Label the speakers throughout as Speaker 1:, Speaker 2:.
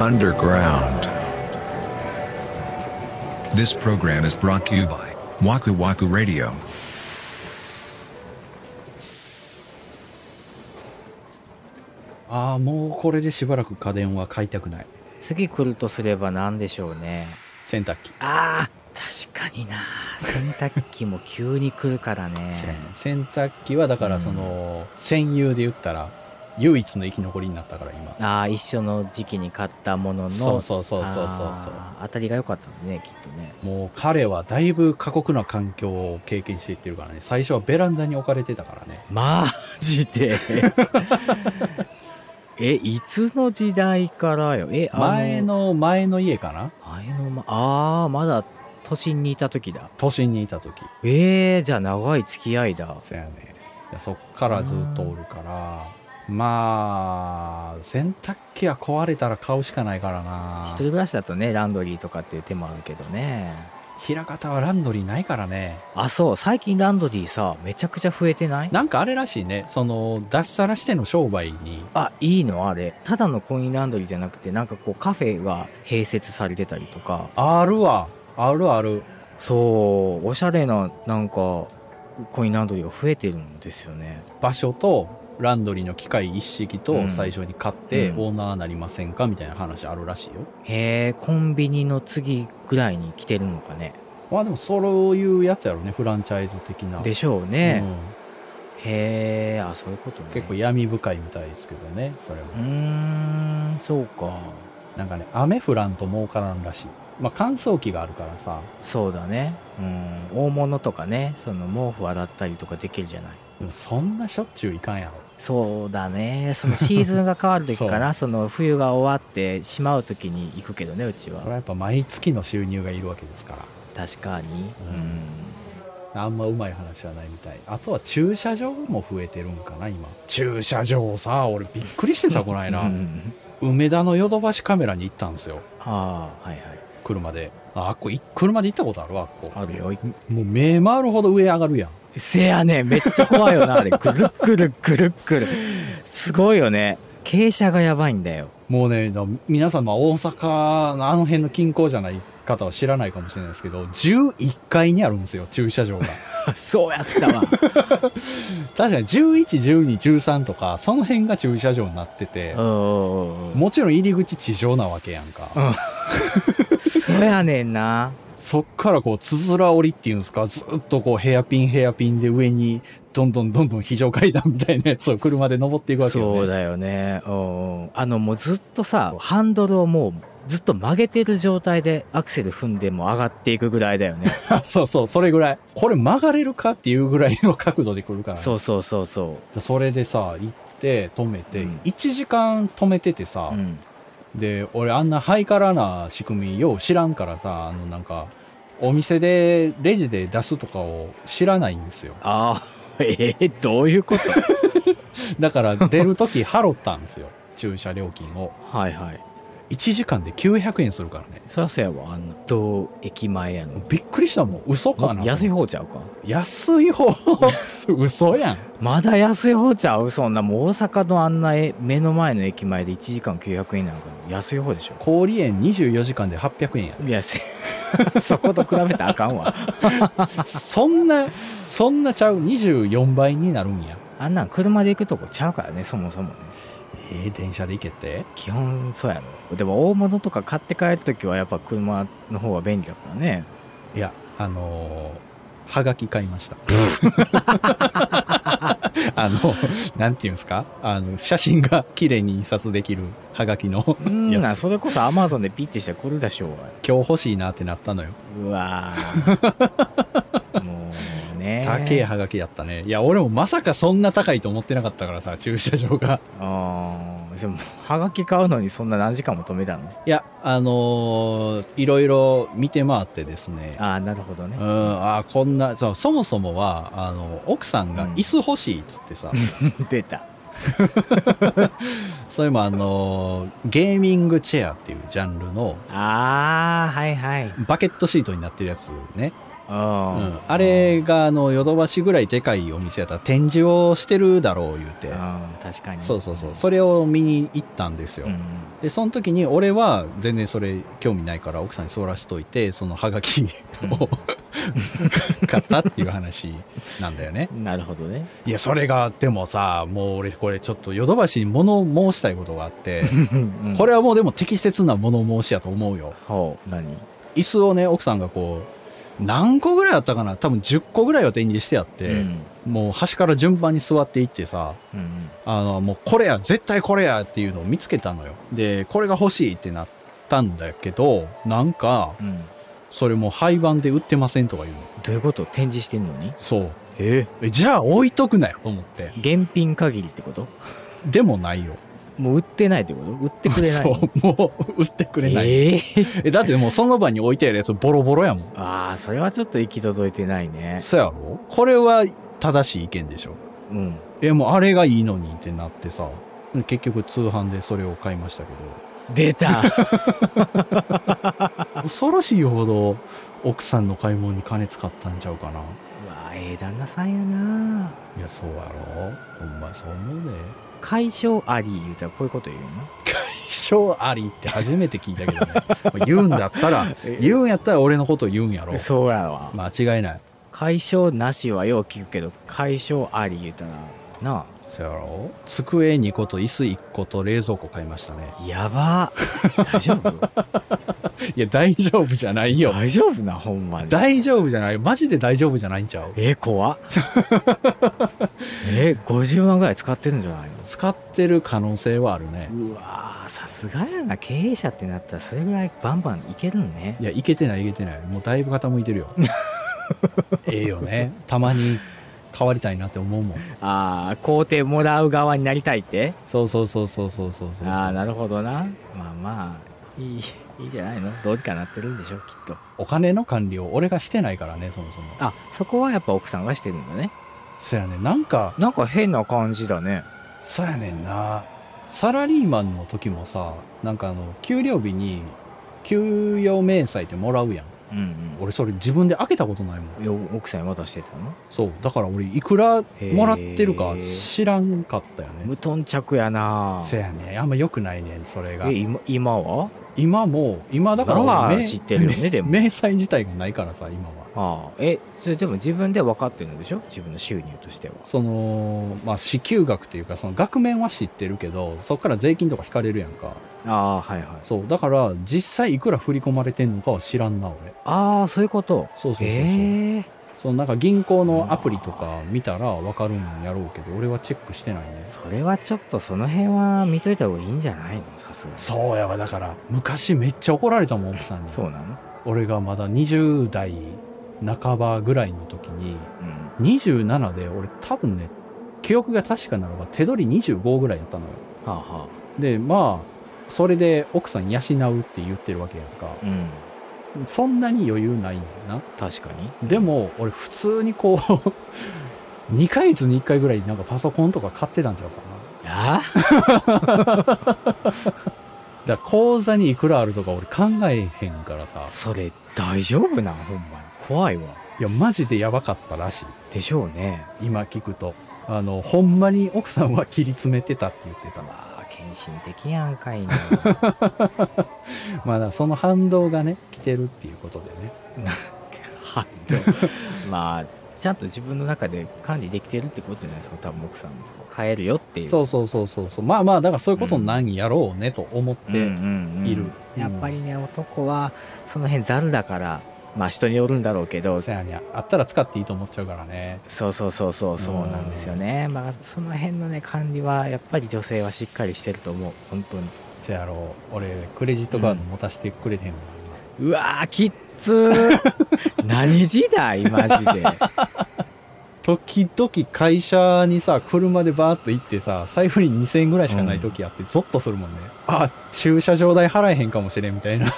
Speaker 1: underground.
Speaker 2: This program is brought to you by Waku Waku Radio.
Speaker 3: ああもうこれでしばらく家電は買いたくない
Speaker 4: 次来るとすれば何でしょうね。
Speaker 3: 洗濯機
Speaker 4: ああ、確かにな。洗濯機も急に来るからね。
Speaker 3: せん洗濯機はだからその、戦友で言ったら唯一の生き残りになったから今
Speaker 4: ああ、一緒の時期に買ったものの。
Speaker 3: そうそうそうそうそうそう
Speaker 4: あー当たりが良かったんだね、きっとね。
Speaker 3: もう彼はだいぶ過酷な環境を経験していってるからね最初はベランダに置かれてたからね
Speaker 4: マジで。 え、いつの時代からよ。え、あ
Speaker 3: 前。の前の家かな
Speaker 4: 前のま、ああ、まだ都心にいた時だ。
Speaker 3: 都心にいた時
Speaker 4: ええじゃあ長い付き合いだ。
Speaker 3: そやねいやそっからずっとおるからまあ洗濯機は壊れたら買うしかないからな
Speaker 4: 一人暮らしだとね、ランドリーとかっていう手もあるけどね。
Speaker 3: 枚方はランドリーないからね
Speaker 4: あ、そう、最近ランドリーさ、めちゃくちゃ増えてない
Speaker 3: なんかあれらしいねその脱サラしての商売に
Speaker 4: あ、いいのあれ。ただのコインランドリーじゃなくて、なんかこうカフェが併設されてたりとか、
Speaker 3: あるわあるある
Speaker 4: そう、おしゃれな、なんか、コインランドリーが増えてるんですよね。
Speaker 3: 場所とランドリーの機械一式
Speaker 4: う
Speaker 3: と
Speaker 4: ん
Speaker 3: 最初に買って
Speaker 4: うん
Speaker 3: オーナーなりませんかみたいな話あるらしいよ
Speaker 4: へえ、コンビニの次ぐらいに来てるのかね。
Speaker 3: まあでもそういうやつやろねフランチャイズ的な
Speaker 4: でしょう
Speaker 3: う
Speaker 4: ね。
Speaker 3: ん
Speaker 4: へえ、あ、そういうことね。
Speaker 3: 結構
Speaker 4: う
Speaker 3: 闇深いみたいですけどねそれも
Speaker 4: ーん、そうか。
Speaker 3: なんかね雨降らんと儲からんらしいまあ乾燥機があるからさ
Speaker 4: そうだね。うん、大物とかね、その毛布洗ったりとかできるじゃない。
Speaker 3: でもそんなしょっちゅういかんやろ
Speaker 4: そうだねそのシーズンが変わる時 かなその冬が終わってしまう時に行くけどねうち
Speaker 3: これは
Speaker 4: は
Speaker 3: やっぱ毎月の収入がいるわけですから
Speaker 4: 確かに
Speaker 3: あんまうまい話はないみたいあとは駐車場も増えてるんかな今駐車場さ俺びっくりしてさこの
Speaker 4: うん、
Speaker 3: 間
Speaker 4: うん、
Speaker 3: 梅田のヨドバシカメラに行ったんですよ
Speaker 4: ああはいはい
Speaker 3: 車でああっこい車で行ったことあるわあっこ
Speaker 4: あるよ
Speaker 3: もう目回るほど上上がるやん
Speaker 4: せやねめっちゃ怖いよなあれぐるっぐるっぐるっぐるすごいよね傾斜がやばいんだ よ
Speaker 3: もうねだ皆さんまあ大阪のあの辺の近郊じゃない方は知らないかもしれないですけど11階にあるんですよ駐車場 が
Speaker 4: あそうやったわ
Speaker 3: 確かに111213とかその辺が駐車場になってて
Speaker 4: うん
Speaker 3: もちろん入り口地上なわけやんか、
Speaker 4: そうやねんな
Speaker 3: そっからこう、つづら折りっていうんですか、ずっとこう、ヘアピンヘアピンで上に、どんどんどんどん非常階段みたいなやつを車で登っていくわけよ、ね。
Speaker 4: そうだよねうんあのもうずっとさハンドルをもうずっと曲げてる状態でアクセル踏んでも上がっていくぐらいだよね
Speaker 3: そうそう、それぐらい。これ曲がれるかっていうぐらいの角度で来るから、。
Speaker 4: そうそうそうそう
Speaker 3: それでさ、行って、止めて、
Speaker 4: うん
Speaker 3: 1時間止めてて
Speaker 4: う、
Speaker 3: さ
Speaker 4: う、ん、
Speaker 3: で、俺あんなハイカラな仕組みよう知らんからさ、あのなんか、お店でレジで出すとかを知らないんですよ。
Speaker 4: ああえー、 どういうこと
Speaker 3: だから出るとき払ったんですよ。駐車料金を。
Speaker 4: はいはい
Speaker 3: 1時間で900円するからね
Speaker 4: そらそうやわあの同駅前やの
Speaker 3: びっくりしたもん嘘かな
Speaker 4: 安い方ちゃうか
Speaker 3: 安い方 嘘やん
Speaker 4: まだ安い方ちゃうそんなもう大阪のあんなえ目の前の駅前で1時間900円なんか安い方でしょ
Speaker 3: 氷園24時間で800円や
Speaker 4: いやせ そこと比べたらあかんわ
Speaker 3: そんなそんなちゃう24倍になるんや
Speaker 4: あんなん車で行くとこちゃうからねそもそもね
Speaker 3: えー、電車で行けって
Speaker 4: 基本そうやろでも大物とか買って帰るときはやっぱ車の方が便利だからね
Speaker 3: いやあのーはがき買いました あのなんていうんですかあの写真が綺麗に印刷できるはがきの
Speaker 4: うん
Speaker 3: や
Speaker 4: な
Speaker 3: つ
Speaker 4: それこそアマゾンでピッてしたら来るでしょうが
Speaker 3: 今日欲しいなってなったのよ
Speaker 4: うわーもうね
Speaker 3: 高えはがきだったねいや俺もまさかそんな高いと思ってなかったからさ駐車場が
Speaker 4: うんでもはがき買うのにそんな何時間も止めたの
Speaker 3: いやあのーいろいろ見て回ってですね
Speaker 4: ああなるほどね
Speaker 3: うん、あーこんなそうそもそもはあの奥さんが
Speaker 4: うん
Speaker 3: 椅子欲しいっつってさ、
Speaker 4: 出た
Speaker 3: それもあのーゲーミングチェアっていうジャンルの
Speaker 4: ああはいはい
Speaker 3: バケットシートになってるやつね
Speaker 4: う
Speaker 3: う
Speaker 4: あ
Speaker 3: ん、あれがあのヨドバシぐらいでかいお店やったら展示をしてるだろう言うて
Speaker 4: あ確かに
Speaker 3: そうそうそうそれを見に行ったんですよ、
Speaker 4: うん
Speaker 3: でその時に俺は全然それ興味ないから奥さんにそらしといてそのハガキ を買ったっていう話なんだよね
Speaker 4: なるほどね
Speaker 3: いやそれがでもさもう俺これちょっとヨドバシに物申したいことがあって
Speaker 4: うん
Speaker 3: これはもうでも適切な物申しやと思うよ
Speaker 4: ほう何
Speaker 3: 椅子をね奥さんがこう何個ぐらいあったかな多分10個ぐらいは展示してあって、もう端から順番に座っていってさ
Speaker 4: うんうん
Speaker 3: あのもうこれや絶対これやっていうのを見つけたのよでこれが欲しいってなったんだけどなんか
Speaker 4: うん
Speaker 3: それもう廃盤で売ってませんとか言うの
Speaker 4: どういうこと展示してんのに
Speaker 3: そう
Speaker 4: え
Speaker 3: えじゃあ置いとくなよと思って
Speaker 4: 現品限りってこと
Speaker 3: でもないよ
Speaker 4: もう売ってないってこと売ってくれないの
Speaker 3: そうもう売ってくれない、
Speaker 4: ええ
Speaker 3: えだってもうその場に置いてあるやつボロボロやもん
Speaker 4: ああそれはちょっと行き届いてないね
Speaker 3: そやろこれは正しい意見でしょ
Speaker 4: うん
Speaker 3: えもうあれがいいのにってなってさ結局通販でそれを買いましたけど
Speaker 4: 出た
Speaker 3: 恐ろしいほど奥さんの買い物に金使ったんちゃうかな
Speaker 4: うわあええ旦那さんやない
Speaker 3: やそうやろほんまそう思うで
Speaker 4: 解消あり言うたらこういうこと言うの
Speaker 3: 一生ありって初めて聞いたけどね まあ言うんだったら言うんやったら俺のこと言うんやろ
Speaker 4: そうやわ
Speaker 3: 間違いない
Speaker 4: 解消なしはよう聞くけど解消あり言うたらな
Speaker 3: そうやろ机2個と椅子1個と冷蔵庫買いましたね
Speaker 4: あやば大丈 夫
Speaker 3: いや大丈夫じゃないよ
Speaker 4: 大丈夫なほんまに
Speaker 3: 大丈夫じゃないマジで大丈夫じゃないんちゃう
Speaker 4: え 怖っえ50万ぐらい使ってるんじゃないの
Speaker 3: 使ってる可能性はあるね
Speaker 4: うわーさすがやな経営者ってなったらそれぐらいバンバンいけるのね
Speaker 3: いや、いけてない、いけてない。もうだいぶ傾いてる よ。ええよね。たまに変わりたいなって思うもん。
Speaker 4: ああ工程もらう側になりたいって
Speaker 3: そうそうそうそうそうそうそうそう。
Speaker 4: ああなるほどなまあまあいいいいじゃないのどうにかなってるんでしょきっと
Speaker 3: お金の管理を俺がしてないからね、そもそも。
Speaker 4: あそこはやっぱ奥さんがしてるんだね
Speaker 3: そやねんなんか、
Speaker 4: なんか変な感じだね
Speaker 3: そやねんな。サラリーマンの時もさ、なんかあの、給料日に給与明細ってもらうやん。
Speaker 4: うんうん
Speaker 3: 俺それ自分で開けたことないもん。
Speaker 4: よ奥さんに渡してたの
Speaker 3: そう。だから俺いくらもらってるか知らんかったよね
Speaker 4: 無。頓着やな
Speaker 3: そやねんあんま良くないねん、それが
Speaker 4: え。今今は
Speaker 3: 今も今だから
Speaker 4: まあ
Speaker 3: 俺明
Speaker 4: 知ってるよねでも
Speaker 3: 明細自体がないからさ今は
Speaker 4: ああえそれでも自分で分かってるんでしょ自分の収入としては
Speaker 3: そのまあ支給額というかその額面は知ってるけどそっから税金とか引かれるやんか
Speaker 4: ああはいはい
Speaker 3: そうだから実際いくら振り込まれてんのかは知らんな俺
Speaker 4: ああそういうこと
Speaker 3: そうそうそうそう、
Speaker 4: ええ
Speaker 3: そのなんか銀行のアプリとか見たら分かるんやろうけど俺はチェックしてないね
Speaker 4: それはちょっとその辺は見といた方がいいんじゃないのさすがに
Speaker 3: そうやわだから昔めっちゃ怒られたもん奥さんに
Speaker 4: そうなの
Speaker 3: 俺がまだ20代半ばぐらいの時に
Speaker 4: うん
Speaker 3: 27で俺多分ね記憶が確かならば手取り25ぐらいだったのよ
Speaker 4: はあは
Speaker 3: でまあそれで奥さん養うって言ってるわけやんか
Speaker 4: あうん
Speaker 3: そんなに余裕ないんだな
Speaker 4: 確かに
Speaker 3: でも俺普通にこう2ヶ月に1回ぐらいなんかパソコンとか買ってたんちゃうかな
Speaker 4: あ
Speaker 3: だから口座にいくらあるとか俺考えへんからさ
Speaker 4: あそれ大丈夫なんほんまに怖いわ
Speaker 3: いやマジでやばかったらしい
Speaker 4: でしょうね
Speaker 3: 今聞くとあのほんまに奥さんは切り詰めてたって言ってたな
Speaker 4: まあ献身的やんかい な
Speaker 3: まあだからその反動がね来てるっていうことでね
Speaker 4: はいまあちゃんと自分の中で管理できてるってことじゃないですか多分奥さんも変えるよっていう
Speaker 3: そうそうそうそうそうまあまあだからそういうことなんやろうねと思っ
Speaker 4: うんう
Speaker 3: て
Speaker 4: んうん
Speaker 3: いる
Speaker 4: やっぱりね男はその辺ザルだからまあ人によるんだろうけど
Speaker 3: せやにゃあったら使っていいと思っちゃうからね
Speaker 4: そうそうそうそうそうなんですよね、まあその辺のね管理はやっぱり女性はしっかりしてると思う本当に
Speaker 3: せやろう俺クレジットカード持たせてくれてへんもん、
Speaker 4: うわーきっつ ー何時代マジで
Speaker 3: 時々会社にさ車でバーッと行ってさ財布に2000円ぐらいしかない時あってゾッとするもんね、あ駐車場代払えへんかもしれんみたいな
Speaker 4: う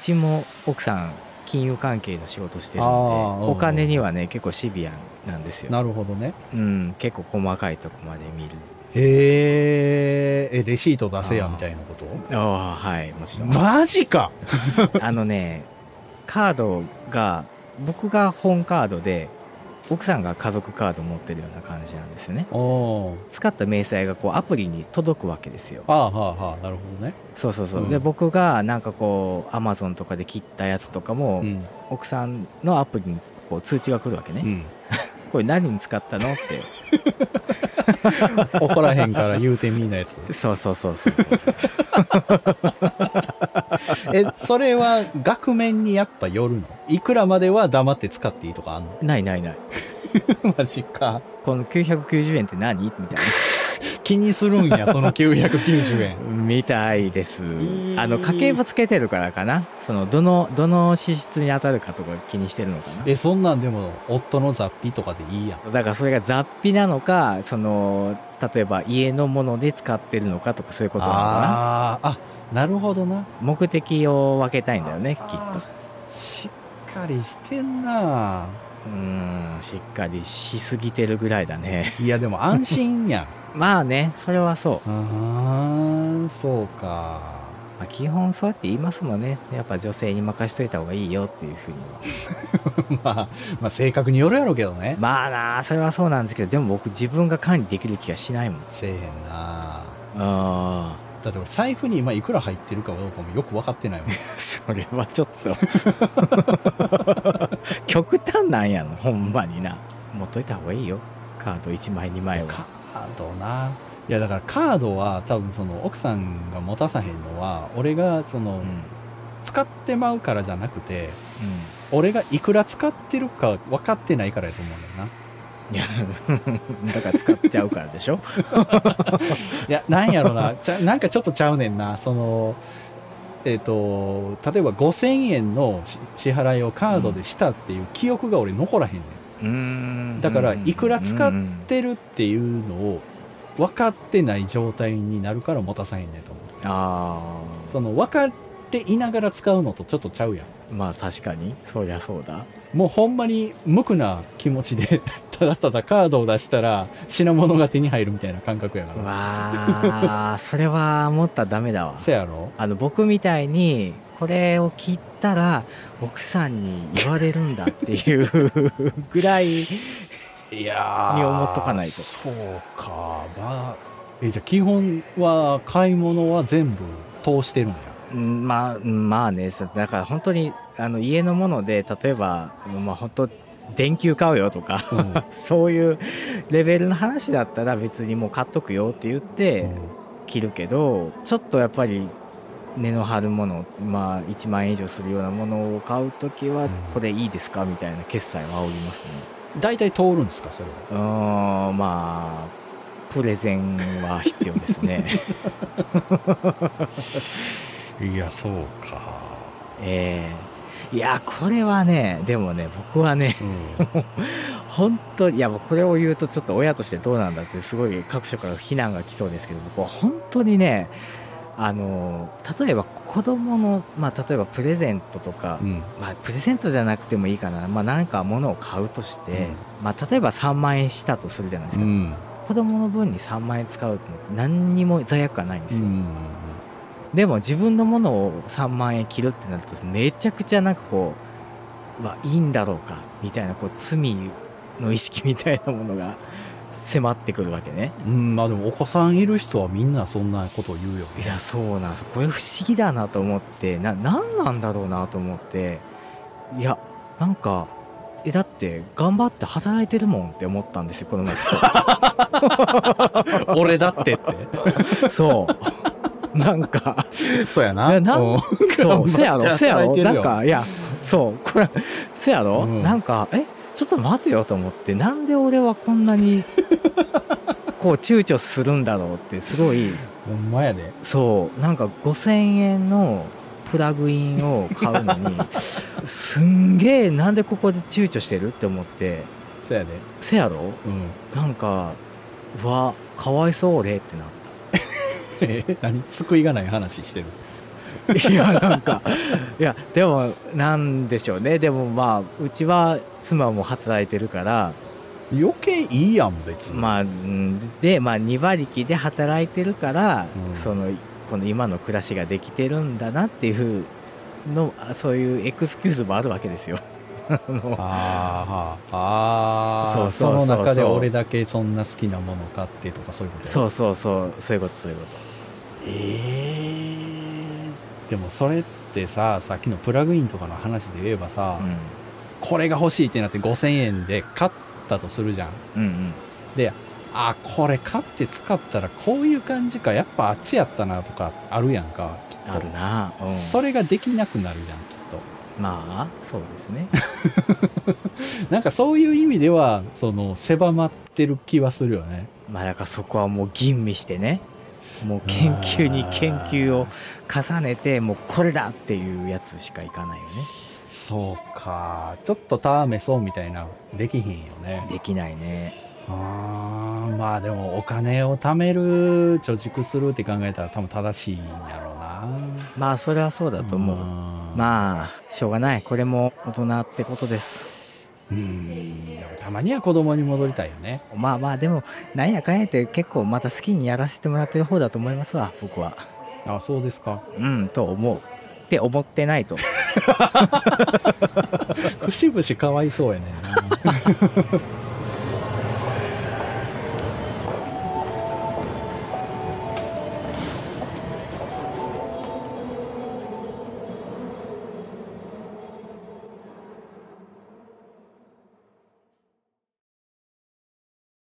Speaker 4: ちも奥さん金融関係の仕事してるんで
Speaker 3: あーうん
Speaker 4: お金にはね結構シビアなんです よ、
Speaker 3: なるほどね
Speaker 4: うん、結構細かいとこまで見る
Speaker 3: へーえレシート出せやみたいなこと
Speaker 4: ああはいもちろん
Speaker 3: マジか
Speaker 4: あのねカードが僕が本カードで奥さんが家族カード持ってるような感じなんですよね
Speaker 3: おー
Speaker 4: 使った明細がこうアプリに届くわけですよ
Speaker 3: ああはあはあなるほどね
Speaker 4: そうそうそう、
Speaker 3: うん
Speaker 4: で僕がなんかこうアマゾンとかで切ったやつとかも、
Speaker 3: うん
Speaker 4: 奥さんのアプリにこう通知が来るわけね、
Speaker 3: うん
Speaker 4: これ何に使ったのって
Speaker 3: 怒らへんから言うてみーなやつ
Speaker 4: そうそうそうそう
Speaker 3: えそれは額面にやっぱよるのいくらまでは黙って使っていいとかあんの
Speaker 4: ないないない
Speaker 3: マジか
Speaker 4: この990円って何みたい
Speaker 3: 気にするんやその990円
Speaker 4: なみたいです
Speaker 3: ー
Speaker 4: あの家計簿つけてるからかなそのどのどの支出に当たるかとか気にしてるのかな
Speaker 3: えそんなんでも夫の雑費とかでいいやん
Speaker 4: だからそれが雑費なのかその例えば家のもので使ってるのかとかそういうことなのか
Speaker 3: あーあなるほどな
Speaker 4: な目的を分けたいんだよねきっと
Speaker 3: しっかりしてんな
Speaker 4: うーんしっかりしすぎてるぐらいだね
Speaker 3: いやでも安心 やん
Speaker 4: まあねそれはそう
Speaker 3: ああそうか
Speaker 4: まあ、基本そうやって言いますもんねやっぱ女性に任しといた方がいいよっていうふうには
Speaker 3: まあまあ性格によるやろうけどね
Speaker 4: まあなあそれはそうなんですけどでも僕自分が管理できる気がしないもん
Speaker 3: せえへんな
Speaker 4: ああ
Speaker 3: だって俺財布に今いくら入ってるかどうかもよく分かってない もん
Speaker 4: それはちょっと 極端なんやのほんまにな持っといた方がいいよカード1枚2枚
Speaker 3: カ
Speaker 4: は
Speaker 3: ードないやだからカードは多分その奥さんが持たさへんのは俺がその、
Speaker 4: うん、うん、
Speaker 3: 使ってまうからじゃなくて俺がいくら使ってるか分かってないからやと思うんだよない
Speaker 4: や だから使っちゃうからでしょ
Speaker 3: いやなんやろ なちゃなんかちょっとちゃうねんなそのえっ、と例えば5000円のし支払いをカードでしたっていう記憶が俺残らへんねん、
Speaker 4: うーん
Speaker 3: だからいくら使っ
Speaker 4: うん
Speaker 3: 持ってるっていうのを分かってない状態になるから持たさへんねんと思う
Speaker 4: ああ
Speaker 3: その分かっていながら使うのとちょっとちゃうやん
Speaker 4: まあ確かにそりゃそう だ
Speaker 3: もうほんまに無垢な気持ちでただただカードを出したら品物が手に入るみたいな感覚やか
Speaker 4: う
Speaker 3: ら
Speaker 4: わあそれは思ったらダメだわ
Speaker 3: せやろ
Speaker 4: あの僕みたいにこれを切ったら奥さんに言われるんだっていう ぐらい
Speaker 3: いや
Speaker 4: ーに思っとかないと
Speaker 3: そうかまあえじゃあ基本は買い物は全部通してるんや
Speaker 4: うんまあうんまあねそうだから本当にあの家のもので例えばまあ本当電球買うよとか
Speaker 3: うん
Speaker 4: そういうレベルの話だったら別にもう買っとくよって言って
Speaker 3: う
Speaker 4: 切るけどちょっとやっぱり根の張るものまあ1万円以上するようなものを買う時はこれいいですかみたいな決済を煽りますね。
Speaker 3: ん大体通るんですかそれは
Speaker 4: うーんまあプレゼンは必要ですね
Speaker 3: いやそうか
Speaker 4: ええいやこれはねでもね僕はね
Speaker 3: うん
Speaker 4: 本当いやもうこれを言うとちょっと親としてどうなんだってすごい各所から非難が来そうですけど僕は本当にねあの例えば子供のまあ例えばプレゼントとか、
Speaker 3: うん
Speaker 4: まあ、プレゼントじゃなくてもいいかな、まあ、なんか物を買うとして、まあ、例えば3万円したとするじゃないです
Speaker 3: う
Speaker 4: か、
Speaker 3: ん
Speaker 4: 子供の分に3万円使うって何にも罪悪感ないんですよ、
Speaker 3: うん
Speaker 4: でも自分のものを3万円切るってなるとめちゃくちゃなんかこううわいいんだろうかみたいなこう罪の意識みたいなものが迫ってくるわけね
Speaker 3: うん、まあでもお子さんいる人はみんなそんなことを言うよね。
Speaker 4: いやそうなんですよこれ不思議だなと思ってな何なんだろうなと思っていやなんかえだって頑張って働いてるもんって思ったんですよこの前
Speaker 3: 俺だってって。
Speaker 4: そうなんか
Speaker 3: そうや
Speaker 4: い
Speaker 3: な。
Speaker 4: やな
Speaker 3: うん
Speaker 4: そう、せやろ、せやろ、
Speaker 3: 働いて
Speaker 4: な
Speaker 3: る
Speaker 4: ん
Speaker 3: よ
Speaker 4: か、いや、そう、これ、せやろ、
Speaker 3: うん
Speaker 4: なんか、え、ちょっと待てよと思って、なんで俺はこんな に。こう躊躇するんだろうって、すごい、
Speaker 3: ほんまやで。
Speaker 4: そう、なんか五千円の。プラグインを買うのにすんげえなんでここで躊躇してるって思って
Speaker 3: そうやで。
Speaker 4: せやろ
Speaker 3: うん。
Speaker 4: なんかうわかわいそう俺ってなっ
Speaker 3: え、何救いがない話してる。
Speaker 4: いやなんかいやでもなんでしょうねでもまあうちは妻も働いてるから
Speaker 3: 余計いいやん、別に。
Speaker 4: まあうんでまあ2馬力で働いてるから、
Speaker 3: うん
Speaker 4: そのこの今の暮らしができてるんだなっていうのあそういうエクスキューズもあるわけですよ。も
Speaker 3: あ
Speaker 4: う
Speaker 3: ーはああー
Speaker 4: そうそうそうそう
Speaker 3: その中で俺だけそんな好きなもの買ってとかそういうことう
Speaker 4: そうそうそうそういうことそういうこ
Speaker 3: えー、でもそれってささっきのプラグインとかの話で言えばさ、
Speaker 4: と、うん、
Speaker 3: これが欲しいってなって5000円で買ったとするじゃん
Speaker 4: うんうん
Speaker 3: であこれ買って使ったらこういう感じかやっぱあっちやったなとかあるやんかきっと
Speaker 4: あるな、うん、
Speaker 3: それができなくなるじゃんきっと
Speaker 4: まあそうですね
Speaker 3: なんかそういう意味ではその狭まってる気はするよね
Speaker 4: まあだからそこはもう吟味してねもう研究に研究を重ねてもうこれだっていうやつしかいかないよ
Speaker 3: そうかちょっとターメソみたいなできひんよね
Speaker 4: ねできないね
Speaker 3: あーまあでもお金を貯める貯蓄するって考えたら多分正しいんやろうな
Speaker 4: まあそれはそうだと思う、
Speaker 3: ん
Speaker 4: まあしょうがないこれも大人ってことです
Speaker 3: うんでもたまには子供に戻りたいよね
Speaker 4: まあまあでもなんやかんやって結構また好きにやらせてもらってる方だと思いますわ僕は
Speaker 3: あそうです か
Speaker 4: うんと思うって思ってないと
Speaker 3: 節々かわいそうやねんな